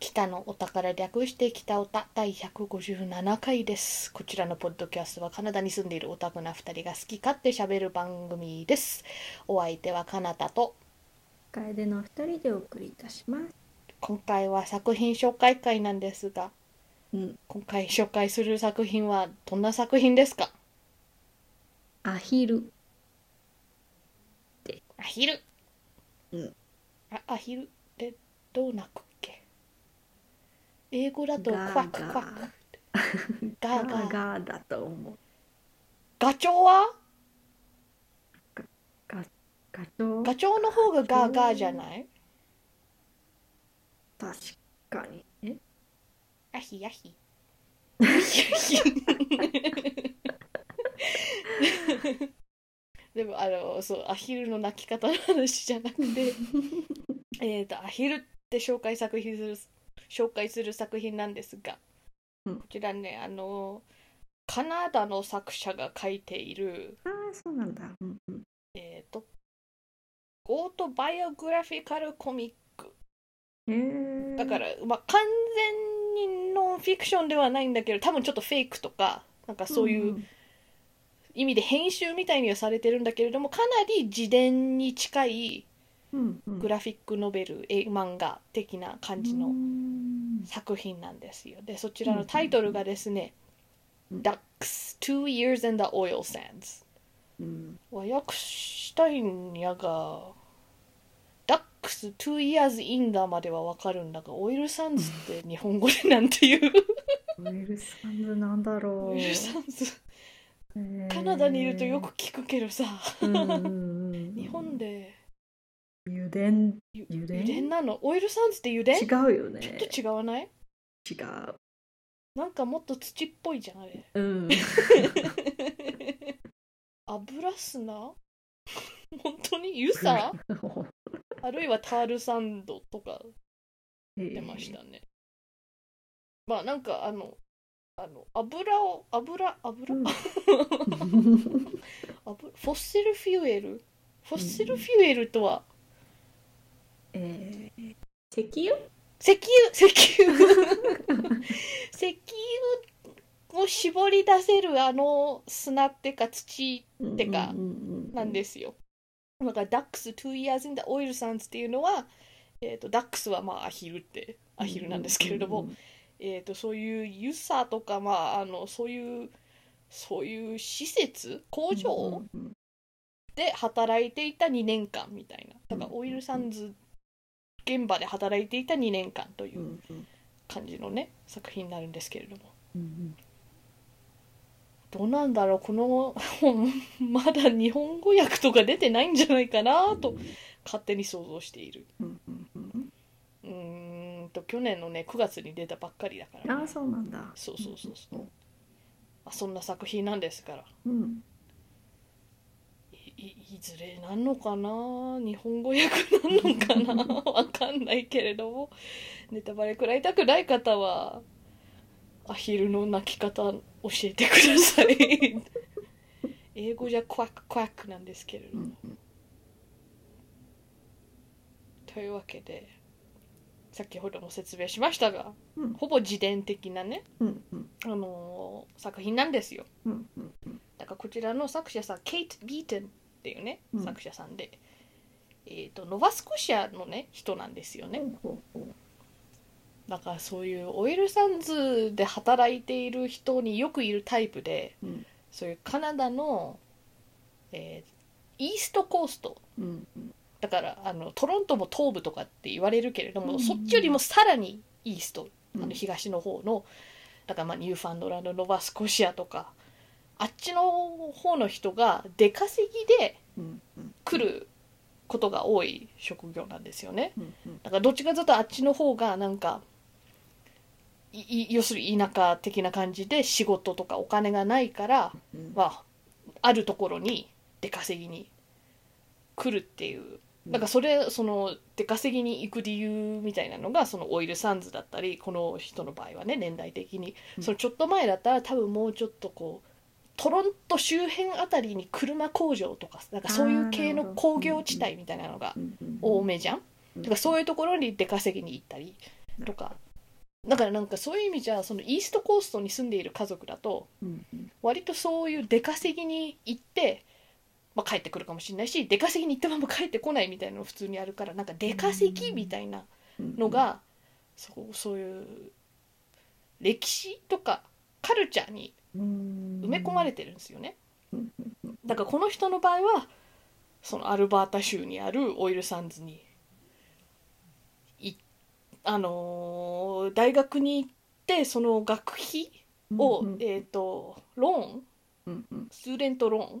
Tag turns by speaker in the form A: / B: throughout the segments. A: 北のお宝略して北おた第157回です。こちらのポッドキャストはカナダに住んでいるオタクな2人が好き勝手喋る番組です。お相手はカナタと、
B: 楓のお二人でお送りいたします。
A: 今回は作品紹介会なんですが、
B: うん、
A: 今回紹介する作品はどんな作品ですか
B: アヒル。
A: アヒル。
B: うん
A: あ、アヒルってどう鳴くっけ英語だとクワククワク。ガーガー。
B: ガーだと思う。
A: ガチョウは
B: ガチョウ
A: ガチョウの方がガーガーじゃない
B: 確かに。え、
A: アヒアヒ。アヒアヒでもあのそうアヒルの鳴き方の話じゃなくてえーとアヒルって紹介作品する紹介する作品なんですが、
B: うん
A: こちらねあのカナダの作者が書いている
B: ああ、そうなんだ。うんうん。
A: えーとオートバイオグラフィカルコミック
B: えー、
A: だから、まあ、完全にノンフィクションではないんだけど多分ちょっとフェイクとかなんかそういう意味で編集みたいにはされてるんだけれどもかなり自伝に近い
B: うんうん
A: グラフィックノベル、絵漫画的な感じ
B: う
A: の
B: ん
A: 作品なんですよ。でそちらのタイトルがですね「
B: うん
A: Ducks Two Years in the Oil Sands
B: うん」
A: 訳したいんやが「Ducks Two Years in the」まではわかるんだがオイルサンズって日本語でなんて いう
B: ウェルサンズなんだろう。
A: ウィルサンズ
B: えー
A: カナダにいるとよく。聞くけどさ、
B: うんうんうん、
A: 日本。で
B: 油田。油
A: ゆ
B: 田。
A: 油田なのオイルサンズって油田ちょ
B: 違うよね。
A: っと違わない
B: 違う。
A: なんかもっと土っぽいじゃんあれ
B: うん。
A: 油砂 本当に油 砂あるいはタールサンドとか出
B: 出
A: まし。たね、まあなんかあのあの油を油 油、
B: うん
A: 油フ ォッシルフューエルフォッシルフューエルとは
B: えー、石油。
A: 石油石油 石油を絞り出せるあの砂ってか土てかなんですすよ。だからダックス Two Years in the Oil Sands っていうのは、えー、とダックスはまあアヒルってアヒルなんですけれども、えー、とそういうユサとか、まあ、あのそういうそういう施設工場、
B: うんうん
A: で働いていた2年間みたいなだから
B: うん
A: オイルサンズ現場で働いていた2年間といううん
B: うん
A: 感じのね作品になるんですけれども
B: うん
A: どうなんだろうこの 本まだ日本語訳とか出てないんじゃないかなと勝手に想像している
B: うんうんうん
A: うーんと去年のね9月に出たばっかりだか
B: うん
A: ら、
B: ああそうなんだ。
A: そうそうそうそう、まあ、そんな作品なんですから
B: うん
A: いいいずれなんのかな日本語訳なんのかな わかんないけれどもネタバレ食らいたくない方はアヒルの鳴き方教えてください英語じゃクワッククワックなんですけれど
B: う
A: も、
B: んうん
A: というわけで先ほども説明しましたが、
B: うん
A: ほぼ自伝的なね、
B: うんうん
A: あのー作品なんですよ
B: うんうんうん
A: だからこちらの作者さんケイト・ビーテンっていうね、
B: うん
A: 作者さんで、えー、とノバスコシアのね人なんですよね、
B: ほうほ
A: だからそういうオイルサンズで働いている人によくいるタイプで
B: ううん
A: そういうカナダの、えーイーストコースト
B: うんうん
A: だからあのトロントも東部とかって言われるけれども、
B: うん
A: そっちよりもさらにイーストあ
B: う
A: の
B: ん
A: 東の方の、だからまあニューファンドランドノバスコシアとかあっちの方の人が出稼ぎで
B: うんうん
A: 来ることが多い職業なんですよね。
B: うんうん
A: だからどっちかというとあっちの方がなんかいい要するに田舎的な感じで仕事とかお金がないから、
B: うん
A: まあ、あるところに出稼ぎに来るっていう
B: うん
A: なんかそれその出稼ぎに行く理由みたいなのがそのオイルサンズだったりこの人の場合はね年代的に
B: うん
A: そのちょっと前だったら多分もうちょっとこうトロント周辺あたりに車工場とかなんかそういう系の
B: あーなるほど
A: 工業地帯みたいなのが
B: うんうん
A: 多めじゃん
B: うん
A: だからそういうところに出稼ぎに行ったりとかだからなんかそういう意味じゃそのイーストコーストに住んでいる家族だと
B: うんうん
A: 割とそういう出稼ぎに行って、まあ、帰ってくるかもしれないし出稼ぎに行ったまま帰ってこないみたいなの普通にあるからなんか出稼ぎみたいな
B: うん
A: のが、そうそういう歴史とかカルチャーに埋
B: 埋
A: め込まれてるんですよね。
B: うん
A: だからこの人の場合はそのアルバータ州にあるオイルサンズにいあのー大学に行ってその学費を、
B: うんうん
A: えー、とローン
B: うんうん
A: スーデントロ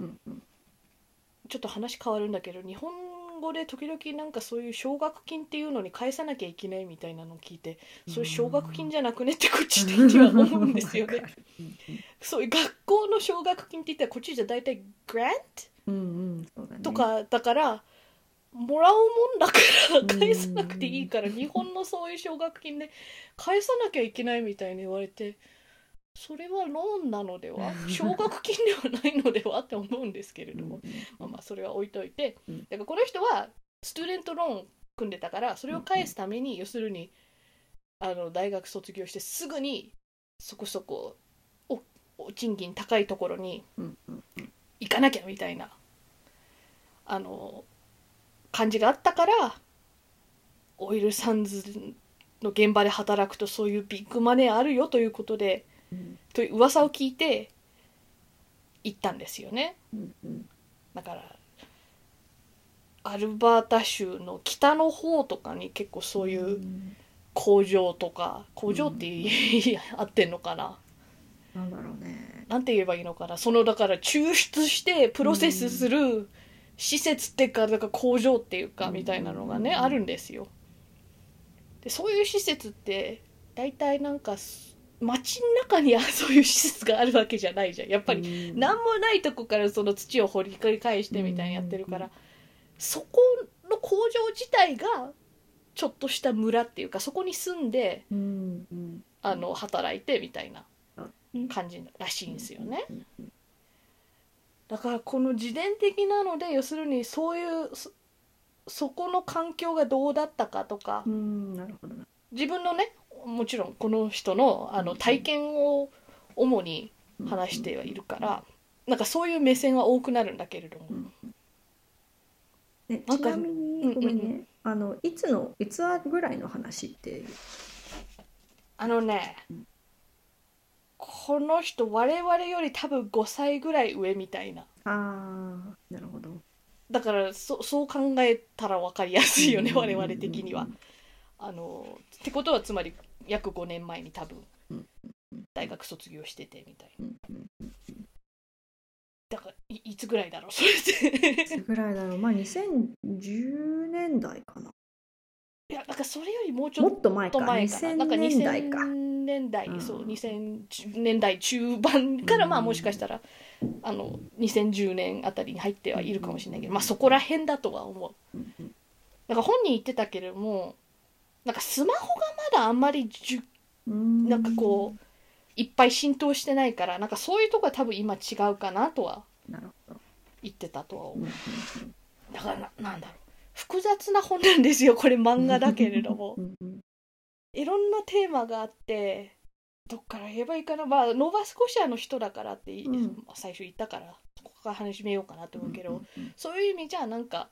A: ーン
B: うんうん
A: ちょっと話変わるんだけど日本語で時々なんかそういう奨学金っていうのに返さなきゃいけないみたいなのを聞いてそういう奨学金じゃなくねってこっち的には思うんですよ
B: わ
A: ね
B: か。る
A: そういう学校の奨学金って言ったらこっちじゃ大体グラント
B: うんうんそうだね
A: とかだからもらうもんだか
B: うん
A: ら返さなくていいから日本のそういう奨学金で返さなきゃいけないみたいに言われてそれはローンなので は奨学金ではないのではって思うんですけれ
B: う
A: ど
B: ん
A: もまあまあそれは置いといて
B: うん
A: だからこの人はスチューデントローンを組んでたからそれを返すために要するにあの大学卒業してすぐにそこそこおお賃金高いところに
B: うんうん
A: 行かなきゃみたいなあの感じがあったからオイルサンズの現場で働くとそういうビッグマネーあるよということで
B: うん
A: という噂を聞いて行ったんですよね
B: うんうん
A: だからアルバータ州の北の方とかに結構そういう工場とか工場って言い合ってんのかな
B: なんだろうね
A: なんて言えばいいのかなそのだから抽出してプロセスする施設っていうかだから工場っていうかみたいなのがね
B: うん
A: あるんですよ。でそういう施設って大体なんかす街の中にそういう施設があるわけじゃないじゃんやっぱり
B: り
A: 何もないとこからその土を掘り返してみたいにやってるか
B: う
A: らそこの工場自体がちょっとした村っていうかそこに住んで
B: うんうん
A: あの働いてみたいな
B: うん
A: 感じらしいんですよね。
B: うんうん
A: だからこの自伝的なので要するにそういうそそこの環境がどうだったかとか
B: うんなるほどな
A: 自分のねもちろんこの人のあ
B: う
A: の
B: ん
A: 体験を主に話してはいるからなんかそういう目線は多くなるんだけれども
B: うんね、
A: なん
B: ち
A: か
B: なみ
A: うんうんう
B: に
A: ん
B: ごめんね、あのいつのいつぐらいの話って
A: あのね
B: うん
A: この人我々より多分5歳ぐらい上みたいな
B: ああなるほど
A: だからそそう考えたら分かりやすいよね我々的には。あのってことはつまり約5年前に多分
B: うん
A: 大学卒業しててみたいな
B: うんうん
A: だからいいつぐらいだろうそれって
B: いつぐらいだろうまあ2010年代かない
A: やなんかそれよりもうちょ
B: も
A: っ
B: っと前か
A: と前かななんか
B: 2000年代か
A: 2000年代
B: うん
A: そう2010年代中盤から
B: うん
A: まあもしかしたらあの2010年あたりに入ってはいるかもしれないけどまあそこら辺だとは思う
B: うんうん
A: だから本人言ってたけれどもなんかスマホがまだあんまりじゅ
B: うん
A: なんかこういっぱい浸透してないからなんかそういうとこは多分今違うかなとは
B: なるほど
A: 言ってたとは
B: う
A: 思
B: んうん
A: うだからななんだろう複雑な本なんですよこれ
B: うん
A: 漫画だけれども
B: うんうん
A: いろんなテーマがあってどっから言えばいいかなまあノーバスコシアの人だからってい、
B: うん
A: 最初言ったからそこから始めようかなと思うけど、
B: うん
A: そういう意味じゃなんか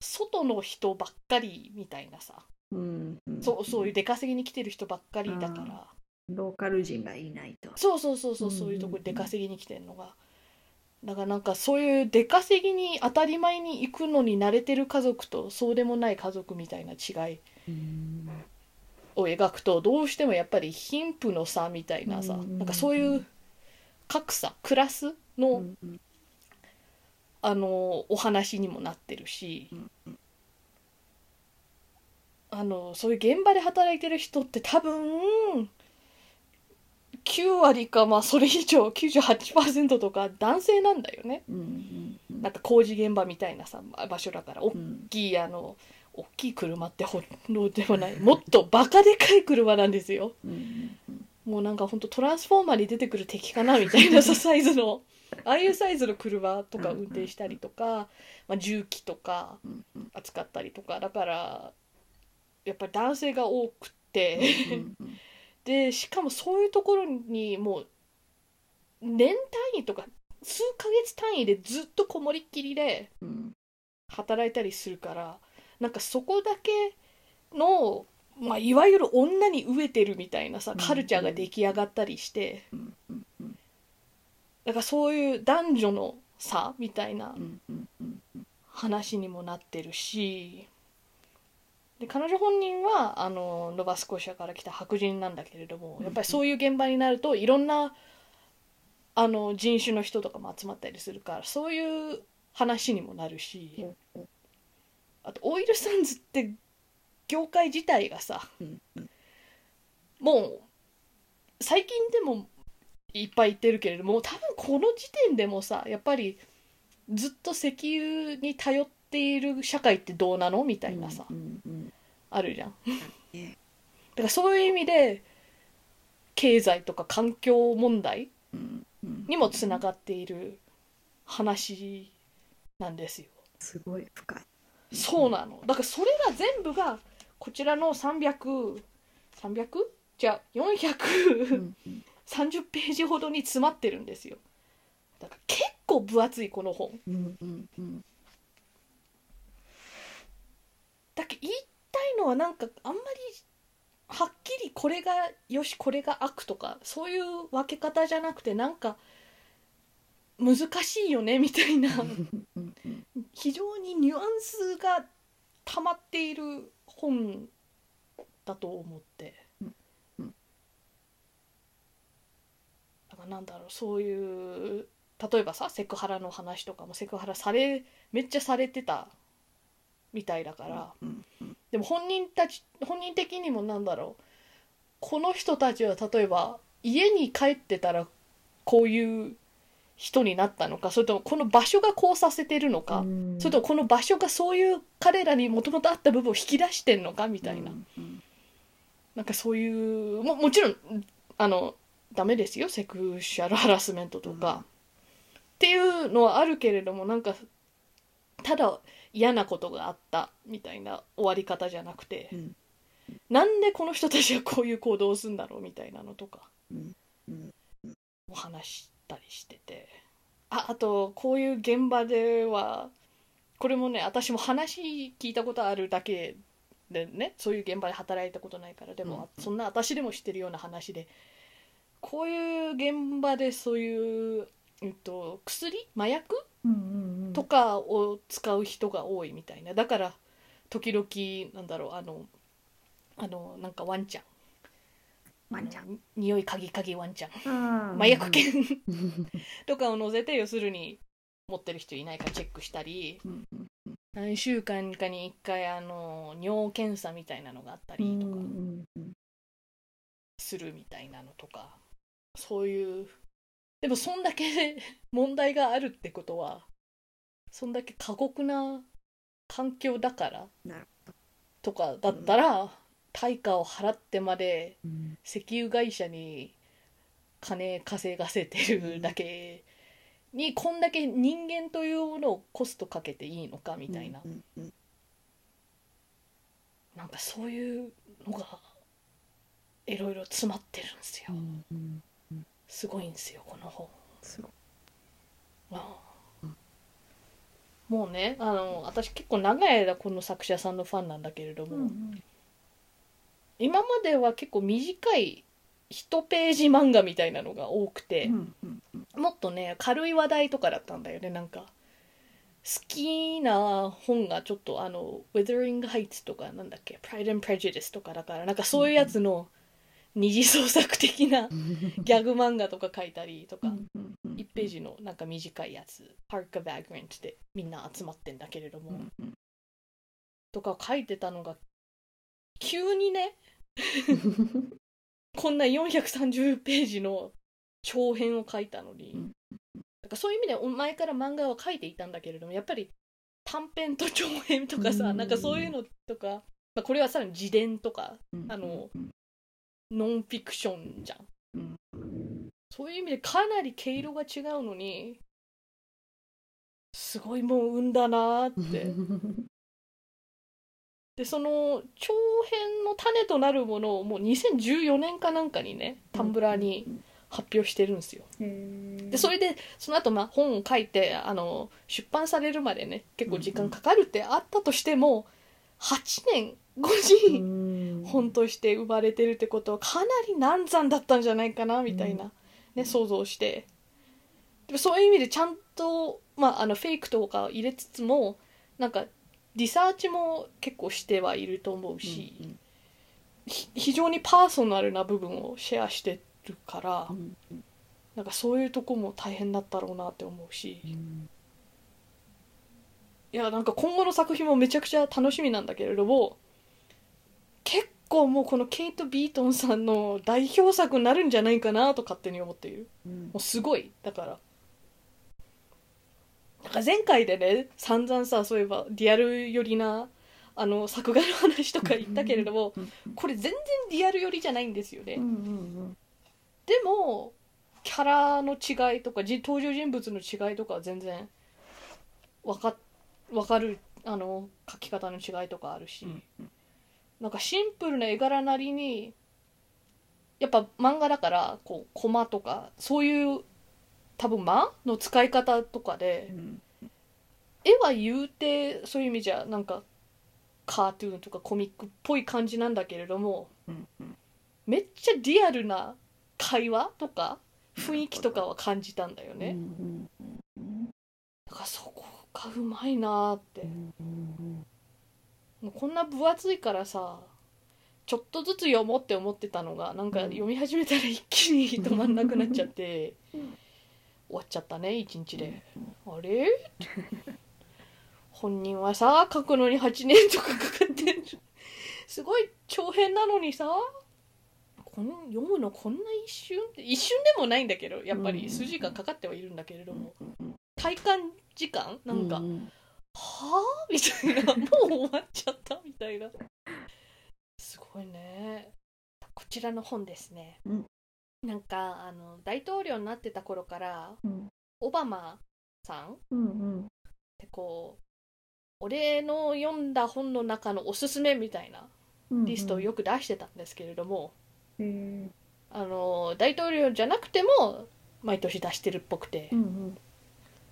A: 外の人ばっかりみたいなさ、
B: うんうん
A: そうそういう出稼ぎに来てる人ばっかりだから、
B: あローカル人がいないと
A: そうそうそうそう
B: うんうんうん
A: そういうとこ出稼ぎに来てんのがだからなんかそういう出稼ぎに当たり前に行くのに慣れてる家族とそうでもない家族みたいな違い
B: うん
A: を描くとどうしてもやっぱり貧富の差みたいなさ
B: うんうんうん
A: なんかそういう格差クラスの、
B: うんうん
A: あのお話にもなってるし
B: うんうん
A: あのそういう現場で働いてる人って多分9割かまあそれ以上98%とか男性なんだよね。
B: うんうん
A: なんか工事現場みたいなさ場所だから大
B: うん
A: きいあの大きい車ってほどうでもないもっとバカでかい車なんですよ
B: うんうん
A: もうなんかほんとトランスフォーマーに出てくる敵かなみたいなさサイズのああいうサイズの車とか運転したりとか、まあ、重機とか
B: うんうん
A: 扱ったりとかだからやっぱり男性が多くて、でしかもそういうところにもう年単位とか数ヶ月単位でずっとこもりっきりで
B: うん
A: 働いたりするからなんかそこだけの、まあ、いわゆる女に飢えてるみたいなさ
B: うん
A: カルチャーが出来上がったりして、
B: うんうんうん
A: なんかそういう男女の差みたいな
B: うんうんうん
A: 話にもなってるしで彼女本人はあのノバスコシアから来た白人なんだけれども
B: うん
A: やっぱりそういう現場になるといろんなあの人種の人とかも集まったりするからそういう話にもなるし
B: うんうん
A: あとオイルサンズって業界自体がさ
B: うんうん
A: もう最近でもいっぱい言ってるけれども多分この時点でもさやっぱりずっと石油に頼っている社会ってどうなのみたいなさ、
B: うんうん
A: あるじゃん。
B: ね
A: だからそういう意味で経済とか環境問題
B: うんうん
A: にもつながっている話なんですよ。
B: すごい深い
A: そうなのだからそれが全部がこちらの300300じゃあ400。
B: うんうん
A: 30ページほどに詰まってるんですよだから結構分厚いこの本
B: うんうんうん
A: だけど言いたいのはなんかあんまりはっきりこれがよしこれが悪とかそういう分け方じゃなくてなんか難しいよねみたいな
B: うんうん
A: 非常にニュアンスが溜まっている本だと思って
B: うんうん
A: だからなんだろうそういう例えばさセクハラの話とかもセクハラされめっちゃされてたみたいだから、
B: うん
A: でも本人たち本人的にもなんだろうこの人たちは例えば家に帰ってたらこういう人になったのかそれともこの場所がこうさせてるのか、
B: うん
A: それともこの場所がそういう彼らにもともとあった部分を引き出してんのかみたいな、
B: うんうん
A: なんかそういうももちろんあのダメですよセクシャルハラスメントとか、
B: うん
A: っていうのはあるけれどもなんかただ嫌なことがあったみたいな終わり方じゃなくて、
B: うん
A: なんでこの人たちはこういう行動をするんだろうみたいなのとか
B: うんうん
A: お話したりしててああとこういう現場ではこれもね私も話聞いたことあるだけでねそういう現場で働いたことないからでも、
B: うん
A: そんな私でも知ってるような話でこういう現場でそういう、えっと、薬麻薬
B: うんうん
A: とかを使う人が多いみたいなだから時々なんだろうあのあのなんかワンちゃん
B: ワンちゃん
A: あの匂い嗅ぎ嗅ぎワンちゃん
B: あー
A: 麻薬犬
B: うん
A: とかを載せて要するに持ってる人いないかチェックしたり
B: うんうん
A: 何週間かに1回あの尿検査みたいなのがあったりとか
B: うんうん
A: するみたいなのとかそういうでもそんだけ問題があるってことはそんだけ過酷な環境だから
B: なる
A: とかだったら対価を払ってまで
B: うん
A: 石油会社に金稼がせてるだけにこんだけ人間というものをコストかけていいのかみたいな、
B: うんうん
A: なんかそういうのがいろいろ詰まってるんですよ、
B: うんうん
A: すごいんですよこの本
B: すごい
A: ああ
B: うん
A: もうねあの私結構長い間この作者さんのファンなんだけれども、
B: うん
A: 今までは結構短い1ページ漫画みたいなのが多くて、
B: うんうん
A: もっとね軽い話題とかだったんだよねなんか好きな本がちょっとあの「Withering Heights」とかなんだっけ「Pride and Prejudice」とかだからなんかそういうやつの二次創作的なギャグ漫画とか書いたりとか、1ページのなんか短いやつ「Park of Vagrant」でみんな集まってんだけれども、とか書いてたのが急にねこんな430ページの長編を書いたのに、
B: うん
A: だからそういう意味ではお前から漫画は書いていたんだけれどもやっぱり短編と長編とかさ、
B: うん
A: なんかそういうのとか、まあ、これはさらに自伝とかあのノンフィクションじゃん
B: うん
A: そういう意味でかなり毛色が違うのにすごいもん産んだなーってでその長編の種となるものをもう2014年かなんかにねタンブラーに発表してるんですよ。でそ
B: れ
A: れでその後まあ本を書いてあの出版されるまでね結構時間かかるってあったとしても8年後に本として生まれてるってことはかなり難産だったんじゃないかなみたいな、ね、想像してでもそういう意味でちゃんと、まあ、あのフェイクとかを入れつつもなんかリサーチも結構してはいると思うし、ひ非常にパーソナルな部分をシェアしてるから。なんかそういうとこも大変だったろうなって思うし、いやなんか今後の作品もめちゃくちゃ楽しみなんだけれども結構もうこのケイト・ビートンさんの代表作になるんじゃないかなと勝手に思っているもうすごいだからなんか前回でね散々さそういえばリアル寄りなあの作画の話とか言ったけれどもこれ全然リアル寄りじゃないんですよね、でもキャラの違いとかじ登場人物の違いとかは全然わかわかるあの書き方の違いとかあるし、
C: うん
A: なんかシンプルな絵柄なりにやっぱ漫画だからこうコマとかそういう多分間の使い方とかで絵は言うてそういう意味じゃなんかカートゥーンとかコミックっぽい感じなんだけれどもめっちゃリアルな会話とか雰囲気とかは感じたんだよね。だからそこがうまいなーってもうこんな分厚いからさちょっとずつ読もうって思ってたのがなんか
B: うん
A: 読み始めたら一気に止まんなくなっちゃ って終わっちゃったね一日であれ本人はさ書くのに8年とかかかってるすごい長編なのにさこの読むのこんな一瞬一瞬でもないんだけどやっぱり数時間かかってはいるんだけれども体感時間なんか、はあみたい なもう終わっちゃったみたいなすごいねこちらの本ですね、
B: うん
A: なんかあの大統領になってた頃からオバマさんってこう俺の読んだ本の中のおすすめみたいなリストをよく出してたんですけれども、あの大統領じゃなくても毎年出してるっぽくて、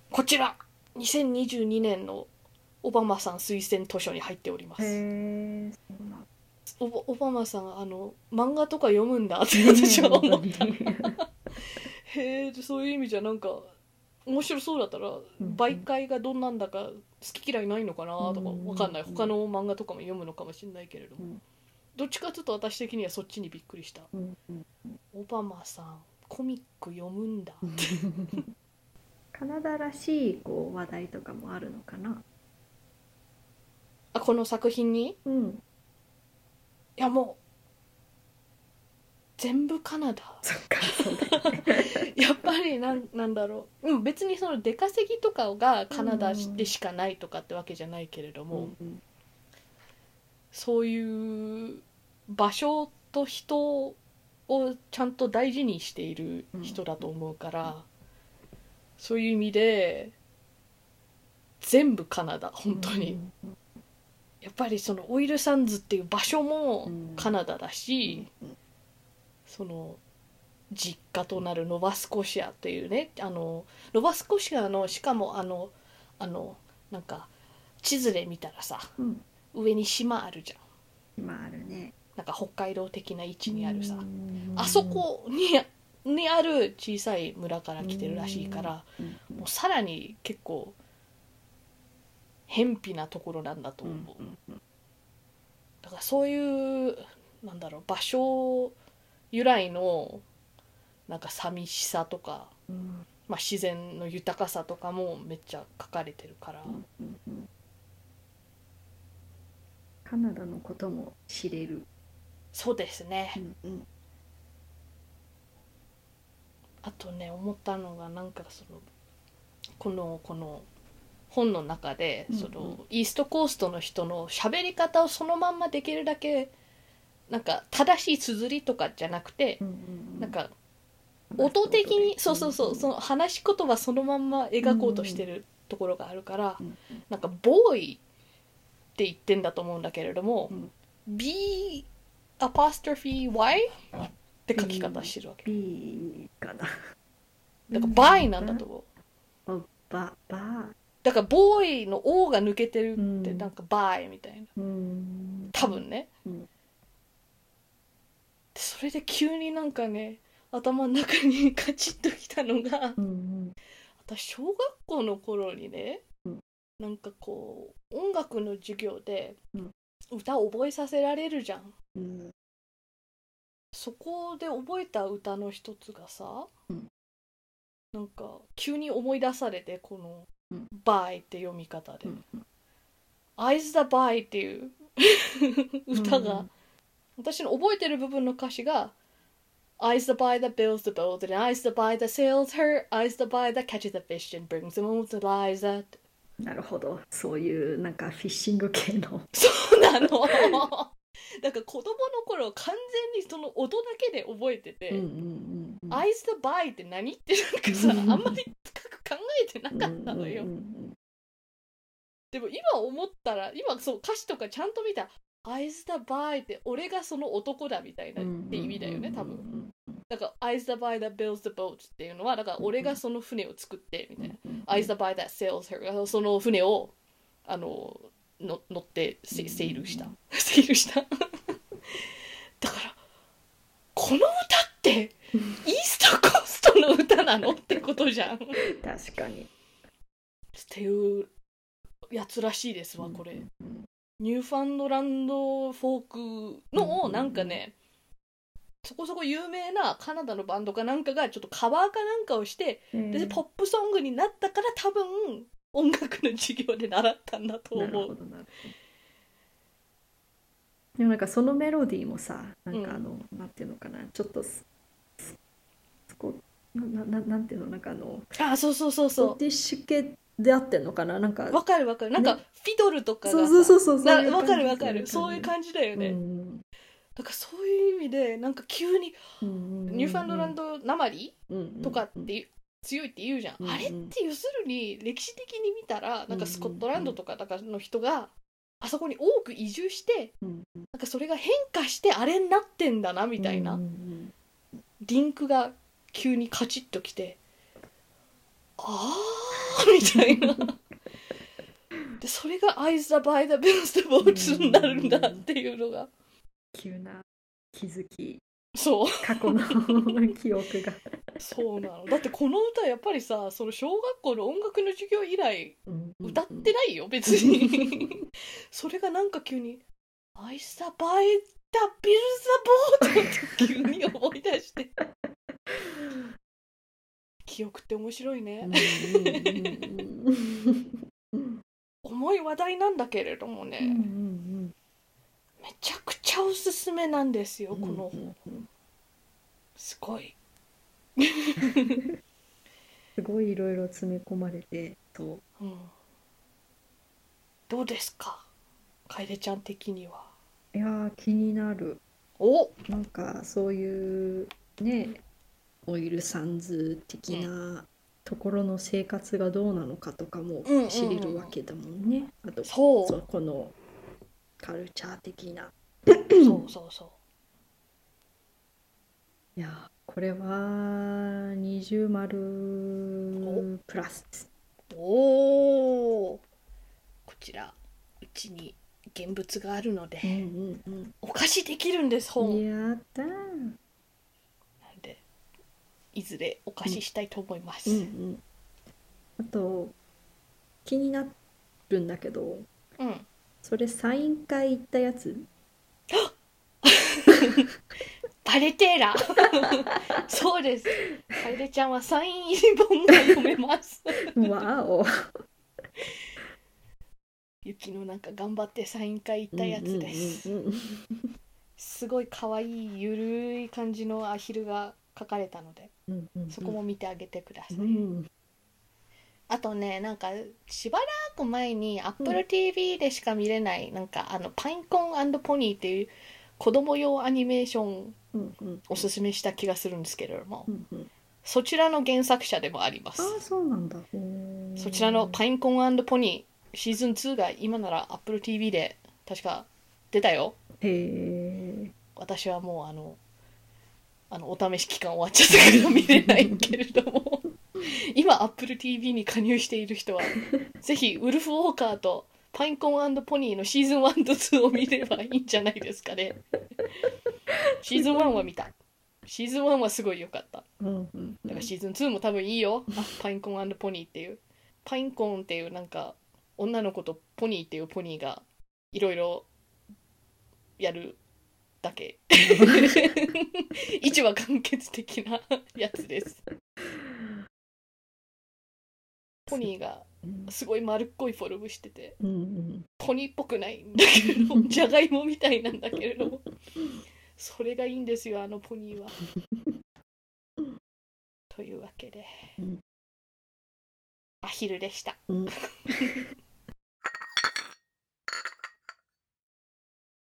A: こちら2022年のオバマさん推薦図書に入っております、オバオバマさんあの漫画とか読むんだって私は思うへえそういう意味じゃなんか面白そうだったら
B: ん
A: 媒介がどんなんだか好き嫌いないのかなとか
B: うん
A: わかんない
B: うん
A: 他の漫画とかも読むのかもしれないけれども、
B: うん
A: どっちかというと私的にはそっちにびっくりしたオバマさんコミック読むんだ
B: カナダらしいこう話題とかもあるのかな。
A: あこの作品に
B: うん、
A: いやもう全部カナダ
B: そっか。
A: やっぱりなんなんだろう、うん、別にその出稼ぎとかがカナダでしかないとかってわけじゃないけれども、そういう場所と人をちゃんと大事にしている人だと思うから、そういう意味で全部カナダ本当に、やっぱりそのオイルサンズっていう場所もカナダだし、その実家となるノバスコシアというねあのノバスコシアのしかもあのあのなんか地図で見たらさ
B: うん、
A: 上に島あるじゃん
B: 今あるね。
A: なんか北海道的な位置にあるさ、
B: うん
A: あそこににある小さい村から来てるらしいから、
B: うん
A: もうさらに結構偏僻なところなんだと
C: う
A: 思う、
C: ん
A: だからそういうなんだろう場所由来のなんか寂しさとか
B: うん
A: まあ、自然の豊かさとかもめっちゃ書かれてるから、
B: カナダのことも知れる。
A: そうですね、
B: うん
A: あとね思ったのがなんかそのこのこの本の中で、
B: うんうん
A: そのイーストコーストの人の喋り方をそのまんまできるだけなんか正しい綴りとかじゃなくて、
B: うん
A: なんか音的にそうそうそうそ
B: の
A: の話し言葉そのまんま描こうとしてるところがあるから、
B: うん
A: なんかボーイって言ってんだと思うんだけれども、
B: うん
A: B アパストフィー Y って書き方してるわけ
B: B かな。
A: だからバイなんだと思う
B: おばば
A: だからボーイの O が抜けてるって
B: うん
A: なんかバイみたいな
B: うん
A: 多分ね、
B: うん
A: でそれで急になんかね頭の中にカチッときたのが
B: うん
A: 私小学校の頃にね、
B: うん
A: なんかこう音楽の授業で
B: うん
A: 歌を覚えさせられるじゃん
B: うん
A: そこで覚えた歌の一つがさ、
B: うん
A: なんか急に思い出されてこの
B: うん
A: 「バイ」って読み方で
B: うん
A: 「アイズ・ダ・バイ」っていう歌が、
B: うん
A: 私の覚えてる部分の歌詞が「Eyes the by that builds the boat and eyes the by that sails her eyes the by that catches the fish and brings them home to Liza」って
B: なるほどそういうなんかフィッシング系の
A: そう なの なんか子供の頃完全にその音だけで覚えてて「
B: うんうんうん
A: Eyes the by」って何ってなんかさあんまり深く考えてなかったのよ、
B: うんうん
A: でも今思ったら今そう歌詞とかちゃんと見たら「Eyes the by」って俺がその男だみたいな
B: う
A: っ
B: ん
A: て意味だよね多分。
B: 分
A: だから「Eyes the by that builds the boat」っていうのはだから俺がその船を作ってみたいな「Eyes the by that sails her」その船をあのの乗ってセセールした セールしただからこの歌 ってイーストコーストの歌なのってことじゃんっ
B: 確かに
A: ていうやつらしいですわこれ
B: うん
A: ニューファンドランドフォークのをなんかね、そこそこ有名なカナダのバンドかなんかがちょっとカバーかなんかをして、
B: うん
A: でポップソングになったから多分音楽の授業で習ったんだと
B: なる
A: 思
B: ほ
A: う。
B: どなるほどでもなんかそのメロディーもさなんかあの、なんていうのかなちょっとすすすこなななんていうのなんかあの
A: あ、そうそうそう
B: スコ
A: そ
B: ティッシュ系であってんのかななんか
A: う。わかるわかる。なんかフ
B: ね
A: ィドルとかが
B: そう
A: さ
B: そうそうそうそう
A: な
B: いう
A: わ
B: 感じ
A: かるわかる。そういう
B: じ
A: 感じだよね。
B: うん
A: だからそういう意味でなんか急に
B: うん
A: ニューファンドランドなまり
B: ド
A: とかっていう強いって言うじゃん、
B: うんうん
A: あれって要するに歴史的に見たらなんかスコットランドとかだからの人があそこに多く移住してなんかそれが変化してあれになってんだなみたいなリンクが急にカチッとき てああみたいな。でそれが「Eyes the by the Bills the Boats」になるんだっていうのが
B: 急な気づき
A: そう
B: 過去の記憶が
A: そうなのだってこの歌やっぱりさその小学校の音楽の授業以来歌って
B: る
A: ないよ別に それがなんか急に「愛さばえたビルザボード」って急に思い出して 記憶って面白いね、重い話題なんだけれどもね、めちゃくちゃおすすめなんですよこの本、すごい
B: すごいいろいろ詰め込まれてと
A: うんどうですか楓ちゃん的にはい
B: やー気になる
A: お
B: なんかそういうねオイルサンズ的なところの生活がどうなのかとか
A: う
B: も
A: んうんうん
B: 知れるわけだもんね。あと
A: そう
B: そうこのカルチャー的な。
A: そうそうそう
B: いやーこれは二重丸プラスです。
A: おおこちらうちに現物があるので、
B: うんうん
A: お貸しできるんです
B: うん。
A: 本
B: やったー。
A: なんでいずれお貸ししたいと思います、
B: うんうん。あと気になるんだけど、
A: うん
B: それサイン会行ったやつ。
A: パレテー ラそうですカエルちゃんはサイン入り本が読めます
B: わお。
A: ゆきのなんか頑張ってサイン会行ったやつです、
B: うんうんうんうん
A: すごい可愛いゆるい感じのアヒルが描かれたので
B: うんうんうん
A: そこも見てあげてください、
B: うん
A: あとねなんかしばらく前に AppleTV でしか見れない、なんかあのパインコーンポニーっていう子供用アニメーション
B: うんうん
A: おすすめした気がするんですけれども、
B: うんうん
A: そちらの原作者でもあります
B: ああそうなんだ。へー
A: そちらのパインコーンポニーシーズン2が今なら Apple TV で確か出たよ
B: へえ
A: 私はもうあのあのお試し期間終わっちゃったから見れないけれども今 Apple TV に加入している人はぜひウルフ・ウォーカーとパインコンポニーのシーズン1と2を見ればいいんじゃないですかねシーズン1は見たシーズン1はすごい良かった
B: うんうん
A: だからシーズン2も多分いいよあパインコンポニーっていうパインコーンっていうなんか女の子とポニーっていうポニーがいろいろやるだけ 一話完結的なやつですポニーが
B: うん
A: すごい丸っこいフォルムしてて
B: うん
A: ポニーっぽくないんだけれ どもじゃがいもみたいなんだけれどもそれがいいんですよあのポニー は。というわけで、
B: うん
A: アヒルでした。
B: うん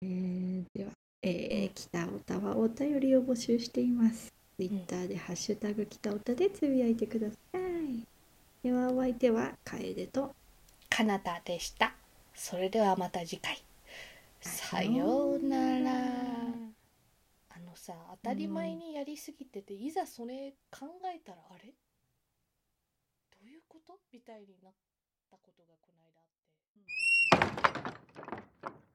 B: えーでは、えー北おたはお便りを募集しています。ツイッターでハッシュタグ北おたでつぶやいてください。ではお相手は楓と
A: カナダでした。それではまた次回。さようなら。あのさ当たり前にやりすぎてて、いざそれ考えたらあれどういうことみたいになったことがこの間あって。